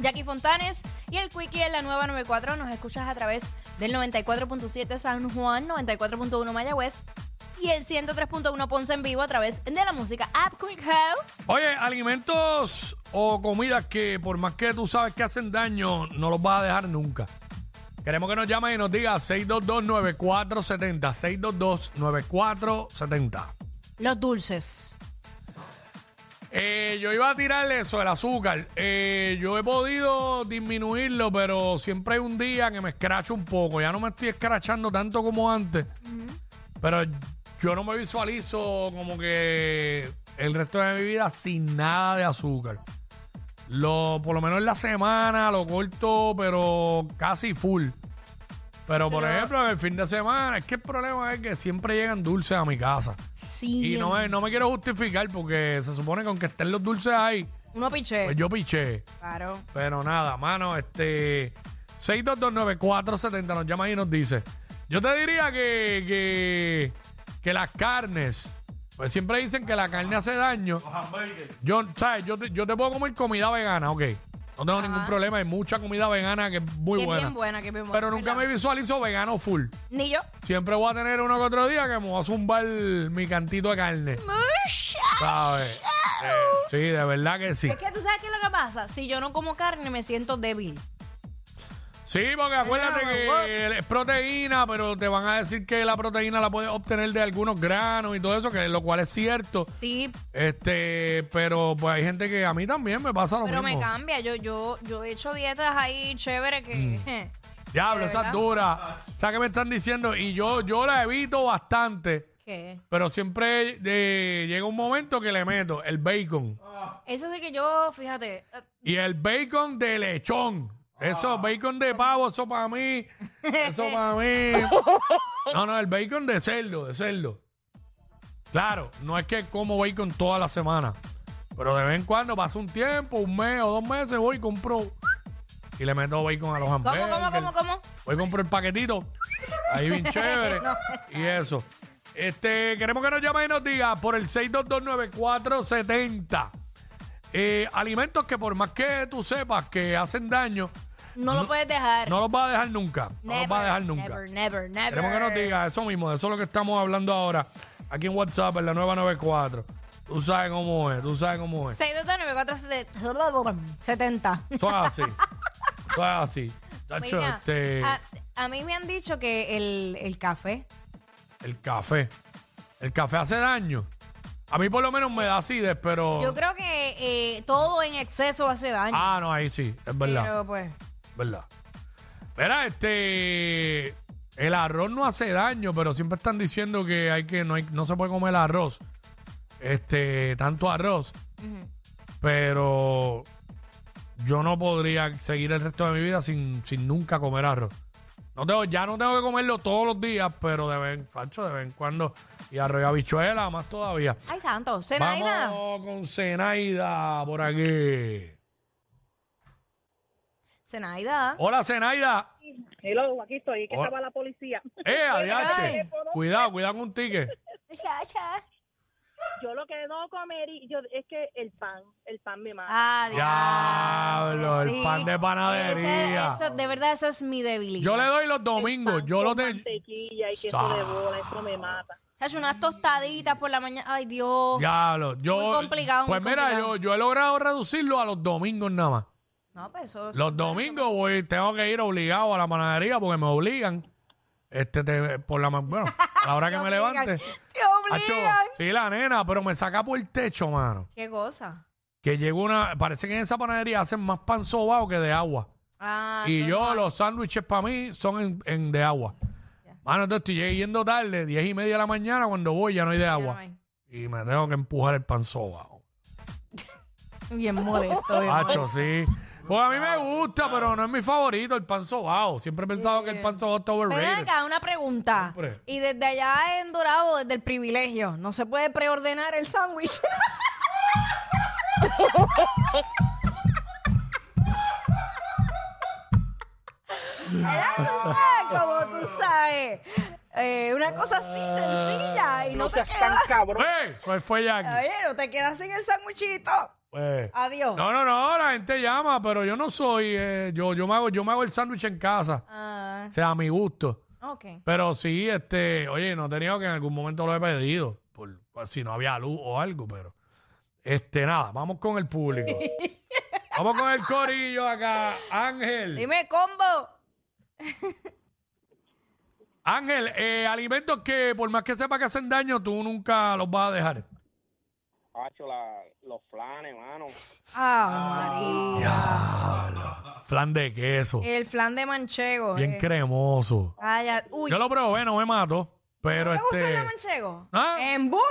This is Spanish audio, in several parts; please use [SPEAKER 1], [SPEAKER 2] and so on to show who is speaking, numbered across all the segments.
[SPEAKER 1] Jackie Fontanes y el Quickie en la nueva 94. Nos escuchas a través del 94.7 San Juan, 94.1 Mayagüez y el 103.1 Ponce en vivo a través de la música App Quick House.
[SPEAKER 2] Oye, alimentos o comidas que por más que tú sabes que hacen daño, no los vas a dejar nunca. Queremos que nos llamen y nos diga 622-9470. 622-9470.
[SPEAKER 1] Los dulces.
[SPEAKER 2] Eh, yo iba a tirarle eso, el azúcar. Eh, yo he podido disminuirlo, pero siempre hay un día que me escracho un poco. Ya no me estoy escrachando tanto como antes. Pero yo no me visualizo como que el resto de mi vida sin nada de azúcar. Lo, por lo menos en la semana lo corto, pero casi full. Pero por ejemplo, en el fin de semana, es que el problema es que siempre llegan dulces a mi casa.
[SPEAKER 1] Sí.
[SPEAKER 2] Y no me, no me quiero justificar porque se supone que aunque estén los dulces ahí,
[SPEAKER 1] Uno piche.
[SPEAKER 2] pues yo piché.
[SPEAKER 1] claro.
[SPEAKER 2] Pero nada, mano, este. 6229470 nos llama y nos dice. Yo te diría que, que, que las carnes. Pues siempre dicen que la carne hace daño. Yo, ¿sabes? Yo te, yo te puedo comer comida vegana, ok. No tengo ningún problema. Hay mucha comida vegana que es muy
[SPEAKER 1] Que es
[SPEAKER 2] buena.
[SPEAKER 1] bien buena, que es bien buena,
[SPEAKER 2] Pero nunca me
[SPEAKER 1] ¿verdad?
[SPEAKER 2] visualizo vegano full.
[SPEAKER 1] Ni yo.
[SPEAKER 2] Siempre voy a tener uno que otro día que me voy a zumbar mi cantito de carne. ¿Sabes? Eh, sí, de verdad que sí.
[SPEAKER 1] Es que tú sabes qué es lo que pasa. Si yo no como carne, me siento débil.
[SPEAKER 2] Sí, porque acuérdate
[SPEAKER 1] Ah,
[SPEAKER 2] que es proteína, pero te van a decir que la proteína la puedes obtener de algunos granos y todo eso, que lo cual es cierto.
[SPEAKER 1] Sí,
[SPEAKER 2] Ah, Este, pero pues hay gente que a mí también me pasa lo
[SPEAKER 1] pero me
[SPEAKER 2] mismo.
[SPEAKER 1] cambia. Yo, yo, yo he hecho dietas ahí chévere que.
[SPEAKER 2] Mm. Diablo,
[SPEAKER 1] De
[SPEAKER 2] esas
[SPEAKER 1] verdad.
[SPEAKER 2] duras. O sea, que me están diciendo y yo yo la evito bastante,
[SPEAKER 1] ¿Qué?
[SPEAKER 2] pero siempre eh, llega un momento que le meto el bacon
[SPEAKER 1] Eso sí que yo, fíjate. eh,
[SPEAKER 2] y el bacon de lechón.
[SPEAKER 1] Ah.
[SPEAKER 2] Eso, bacon de pavo, eso para mí. Eso para mí. No, no, el bacon de cerdo, de cerdo. Claro, no es que como bacon toda la semana. Pero de vez en cuando pasa un tiempo, un mes o dos meses, voy y compro. Y le meto bacon a los
[SPEAKER 1] ¿Cómo,
[SPEAKER 2] hamburguesas.
[SPEAKER 1] cómo, cómo, cómo?
[SPEAKER 2] Voy a comprar el paquetito. Ahí bien chévere. y eso. Este, queremos que nos llame y nos diga por el 6229470. Eh, alimentos que por más que tú sepas que hacen daño,
[SPEAKER 1] No, lo puedes dejar.
[SPEAKER 2] no los va a dejar nunca. No los va a dejar nunca.
[SPEAKER 1] Never, never, never.
[SPEAKER 2] Queremos que nos diga eso mismo, de eso es lo que estamos hablando ahora aquí en WhatsApp, en la nueva 94. Tú sabes cómo es, tú sabes cómo es.
[SPEAKER 1] 629-470.
[SPEAKER 2] Eso es así. Eso es así. Chacho,
[SPEAKER 1] Mira, ah,
[SPEAKER 2] este,
[SPEAKER 1] a, a mí me han dicho que el, el café.
[SPEAKER 2] el café. El café hace daño. A mí por lo menos me da acidez, pero...
[SPEAKER 1] Yo creo que eh, todo en exceso hace daño.
[SPEAKER 2] Oh. Ah, no, ahí sí, es verdad,
[SPEAKER 1] Pero pues,
[SPEAKER 2] es verdad. Mira, este... El arroz no hace daño, pero siempre están diciendo que hay que no, hay, no se puede comer arroz. Este, tanto arroz. Pero yo no podría seguir el resto de mi vida sin, sin nunca comer arroz. No tengo, ya no tengo que comerlo todos los días, pero de vez, en- chacho, de vez en cuando. Y arroz y habichuela, más todavía.
[SPEAKER 1] ay santo, Zenaida.
[SPEAKER 2] Vamos con Zenaida por aquí.
[SPEAKER 1] Zenaida.
[SPEAKER 2] Hola, Zenaida.
[SPEAKER 3] Hello, aquí estoy, que
[SPEAKER 2] Hola.
[SPEAKER 3] estaba la policía.
[SPEAKER 2] Eh, adiache.
[SPEAKER 1] Ay.
[SPEAKER 2] Cuidado, cuidado con un ticket.
[SPEAKER 1] Muchacha.
[SPEAKER 3] Yo lo que no comería, yo, es que el pan, el pan me mata.
[SPEAKER 1] Ah,
[SPEAKER 2] Diablo, el
[SPEAKER 1] sí.
[SPEAKER 2] pan de panadería.
[SPEAKER 1] Ese- ese- de verdad, esa es mi debilidad.
[SPEAKER 2] Yo le doy los domingos.
[SPEAKER 3] Pan
[SPEAKER 2] Yo lo
[SPEAKER 3] con
[SPEAKER 2] tengo.
[SPEAKER 3] mantequilla y queso de bola, eso me mata.
[SPEAKER 1] Chacho, unas tostaditas por la mañana. Ay, Dios.
[SPEAKER 2] Diablo. Yo,
[SPEAKER 1] Muy complicado,
[SPEAKER 2] Pues
[SPEAKER 1] muy
[SPEAKER 2] mira,
[SPEAKER 1] complicado.
[SPEAKER 2] Yo, yo he logrado reducirlo a los domingos nada más.
[SPEAKER 1] No, pues eso.
[SPEAKER 2] Los domingos voy, tengo que ir obligado a la panadería porque me obligan. Este, te- por la ma- bueno, a la hora que me levante.
[SPEAKER 1] Te obligan.
[SPEAKER 2] Acho, sí, la nena, pero me saca por el techo, mano.
[SPEAKER 1] Qué cosa.
[SPEAKER 2] Que llegó una, parece que en esa panadería hacen más pan sobao que de agua.
[SPEAKER 1] Ah,
[SPEAKER 2] y
[SPEAKER 1] eso
[SPEAKER 2] yo,
[SPEAKER 1] no-
[SPEAKER 2] los sándwiches para mí son en, en de agua. Mano, entonces estoy lleg- yendo tarde, diez y media de la mañana, cuando voy ya no hay de agua.
[SPEAKER 1] hay.
[SPEAKER 2] Y me tengo que empujar el pan sobao.
[SPEAKER 1] Bien molesto. bien
[SPEAKER 2] Hacho, sí. Pues a mí me gusta, pero no es mi favorito el pan sobao. Siempre he pensado que el pan sobao está
[SPEAKER 1] Ven
[SPEAKER 2] overrated.
[SPEAKER 1] acá, una pregunta.
[SPEAKER 2] Siempre.
[SPEAKER 1] Y desde allá en Dorado, desde el privilegio, ¿no se puede preordenar el sándwich? Era tú sabes, como tú sabes. Eh, una cosa así sencilla y no, te quedas.
[SPEAKER 2] ¡Eh! Eso fue Jackie.
[SPEAKER 1] Oye, no te quedas sin el sándwichito.
[SPEAKER 2] pues-
[SPEAKER 1] Adiós.
[SPEAKER 2] No, no, no, la gente llama, pero yo no soy, eh, yo, yo me hago, yo me hago el sándwich en casa,
[SPEAKER 1] Ah,
[SPEAKER 2] o sea, a mi gusto.
[SPEAKER 1] ok.
[SPEAKER 2] Pero sí, este, oye, no he tenido que en algún momento lo he pedido, por, por si no había luz o algo, pero este, nada, vamos con el público. vamos con el corillo acá, Ángel.
[SPEAKER 1] Dime combo.
[SPEAKER 2] Ángel, eh, alimentos que por más que sepa que hacen daño, tú nunca los vas a dejar.
[SPEAKER 4] Hacho, la, los flanes, mano.
[SPEAKER 1] Ah, María.
[SPEAKER 2] Flan de queso,
[SPEAKER 1] El flan de manchego.
[SPEAKER 2] bien
[SPEAKER 1] eh.
[SPEAKER 2] cremoso.
[SPEAKER 1] Ay, ay, uy.
[SPEAKER 2] Yo lo probé, no me mato, pero
[SPEAKER 1] ¿Te gusta el de
[SPEAKER 2] este,
[SPEAKER 1] manchego?
[SPEAKER 2] Ah.
[SPEAKER 1] ¡Embuste!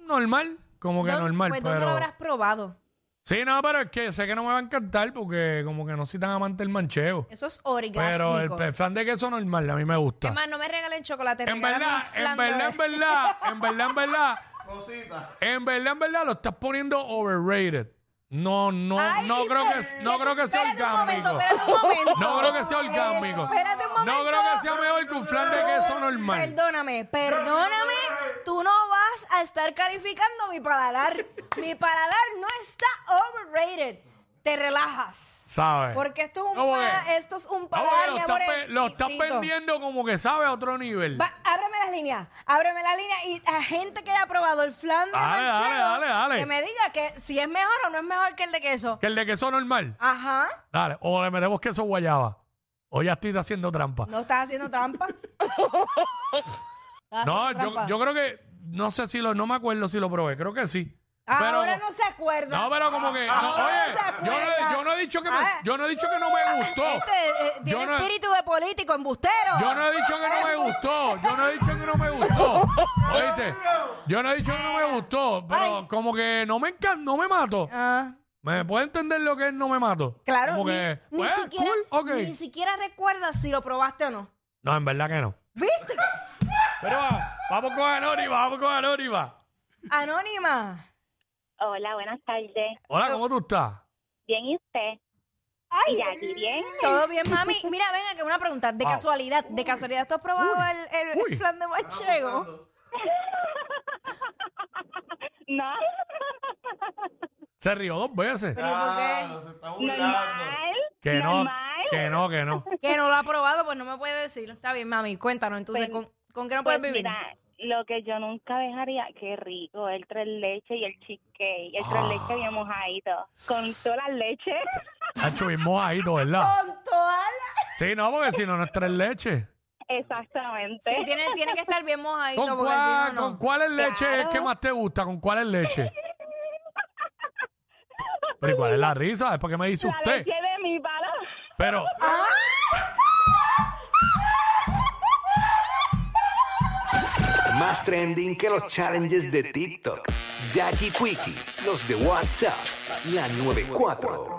[SPEAKER 2] normal, como que
[SPEAKER 1] ¿Dónde-
[SPEAKER 2] normal,
[SPEAKER 1] Pues, ¿dónde lo
[SPEAKER 2] pero...
[SPEAKER 1] habrás probado?
[SPEAKER 2] Sí, no, pero es que sé que no me va a encantar porque como que no soy tan amante del mancheo.
[SPEAKER 1] Eso es
[SPEAKER 2] Pero el,
[SPEAKER 1] orgasmico.
[SPEAKER 2] el flan de queso normal, a mí me gusta.
[SPEAKER 1] Es más, no me regalen chocolate.
[SPEAKER 2] En
[SPEAKER 1] regálame
[SPEAKER 2] verdad,
[SPEAKER 1] un
[SPEAKER 2] en
[SPEAKER 1] flan de-
[SPEAKER 2] verdad, en verdad, en verdad, en verdad, en verdad, en verdad, lo estás poniendo overrated. No, no,
[SPEAKER 1] Ay,
[SPEAKER 2] no creo que, no creo que sea
[SPEAKER 1] espérate un momento,
[SPEAKER 2] orgánico.
[SPEAKER 1] espérate un momento.
[SPEAKER 2] No creo que sea orgánico.
[SPEAKER 1] Espérate un
[SPEAKER 2] No
[SPEAKER 1] momento.
[SPEAKER 2] creo que sea mejor que un flan de queso normal.
[SPEAKER 1] Perdóname, perdóname. Tú no vas a estar calificando mi paladar. Mi paladar no está overrated. Te relajas.
[SPEAKER 2] ¿Sabes?
[SPEAKER 1] Porque esto es un,
[SPEAKER 2] No,
[SPEAKER 1] pala-
[SPEAKER 2] porque-
[SPEAKER 1] esto es un
[SPEAKER 2] No,
[SPEAKER 1] paladar,
[SPEAKER 2] porque
[SPEAKER 1] mi
[SPEAKER 2] lo
[SPEAKER 1] amor,
[SPEAKER 2] estás pe- lo estás
[SPEAKER 1] exquisito.
[SPEAKER 2] vendiendo como que sabe a otro nivel.
[SPEAKER 1] Va, ábreme las líneas, ábreme la línea y a gente que haya probado el flan de
[SPEAKER 2] Dale,
[SPEAKER 1] manchego,
[SPEAKER 2] dale, dale, dale.
[SPEAKER 1] que me diga que si es mejor o no es mejor que el de queso.
[SPEAKER 2] Que el de queso normal.
[SPEAKER 1] Ajá,
[SPEAKER 2] Dale, o le metemos queso guayaba. O ya estoy haciendo trampa.
[SPEAKER 1] no estás haciendo trampa. Estás
[SPEAKER 2] No,
[SPEAKER 1] haciendo
[SPEAKER 2] yo,
[SPEAKER 1] trampa.
[SPEAKER 2] yo creo que, no sé si lo, no me acuerdo si lo probé, creo que sí.
[SPEAKER 1] Ahora
[SPEAKER 2] pero,
[SPEAKER 1] no se acuerda.
[SPEAKER 2] no, pero como que, no,
[SPEAKER 1] Ahora
[SPEAKER 2] oye,
[SPEAKER 1] no se
[SPEAKER 2] yo no,
[SPEAKER 1] acuerda.
[SPEAKER 2] yo no he dicho que me,
[SPEAKER 1] Ah.
[SPEAKER 2] yo no he dicho que no me gustó.
[SPEAKER 1] Este eh, tiene
[SPEAKER 2] Yo no-
[SPEAKER 1] espíritu de político, embustero.
[SPEAKER 2] Yo no he dicho que no me gustó, yo no he dicho que no me gustó. Oíste, yo no he dicho que no me gustó, pero
[SPEAKER 1] Ay.
[SPEAKER 2] como que no me encanta, no me mato.
[SPEAKER 1] Ah,
[SPEAKER 2] ¿Me puede entender lo que es no me mato?
[SPEAKER 1] claro,
[SPEAKER 2] Como
[SPEAKER 1] ni,
[SPEAKER 2] que,
[SPEAKER 1] ni
[SPEAKER 2] pues,
[SPEAKER 1] siquiera,
[SPEAKER 2] cool, ok.
[SPEAKER 1] ni siquiera recuerda si lo probaste o no.
[SPEAKER 2] No, en verdad que no.
[SPEAKER 1] ¿Viste?
[SPEAKER 2] Pero va, vamos con Anónima, vamos con Anónima.
[SPEAKER 1] Anónima.
[SPEAKER 5] Hola, buenas tardes.
[SPEAKER 2] Hola, ¿cómo tú estás?
[SPEAKER 5] Bien, ¿y usted?
[SPEAKER 1] Ay,
[SPEAKER 5] Y aquí bien.
[SPEAKER 1] Todo bien, mami. Mira, venga, que una pregunta. De
[SPEAKER 2] Wow.
[SPEAKER 1] casualidad, ¿de casualidad tú has probado el, el- el
[SPEAKER 2] Uy.
[SPEAKER 1] flan de manchego?
[SPEAKER 5] No,
[SPEAKER 2] Se rió dos veces.
[SPEAKER 1] Pero ¿y por qué?
[SPEAKER 6] se está burlando.
[SPEAKER 5] normal.
[SPEAKER 2] Que no,
[SPEAKER 5] normal.
[SPEAKER 2] que no, que no.
[SPEAKER 1] Que no lo ha probado, pues no me puede decir. Está bien, mami, cuéntanos. Entonces,
[SPEAKER 5] Pues-
[SPEAKER 1] ¿con, con qué no
[SPEAKER 5] Pues
[SPEAKER 1] puedes vivir?
[SPEAKER 5] mira, lo que yo nunca dejaría, qué rico, el tres leche y el cheesecake. El
[SPEAKER 2] Ah.
[SPEAKER 5] tres leche bien mojadito, con todas las leches.
[SPEAKER 2] Hacho bien mojadito, ¿verdad?
[SPEAKER 1] Con toda la...
[SPEAKER 2] Sí, no, porque si no, no es tres leches.
[SPEAKER 5] Exactamente.
[SPEAKER 1] Sí, tiene, tiene que estar bien mojadito.
[SPEAKER 2] ¿Con,
[SPEAKER 1] porque
[SPEAKER 2] cuál,
[SPEAKER 1] si no, no.
[SPEAKER 2] ¿Con cuáles leches es que más te gusta? ¿Con cuáles leches? Pero ¿y cuál es la risa? ¿Es para qué me dice
[SPEAKER 5] la
[SPEAKER 2] usted?
[SPEAKER 5] leche de mi palo.
[SPEAKER 2] Pero...
[SPEAKER 7] Más trending que los challenges de TikTok. Jackie Quickie, los de WhatsApp, la 94.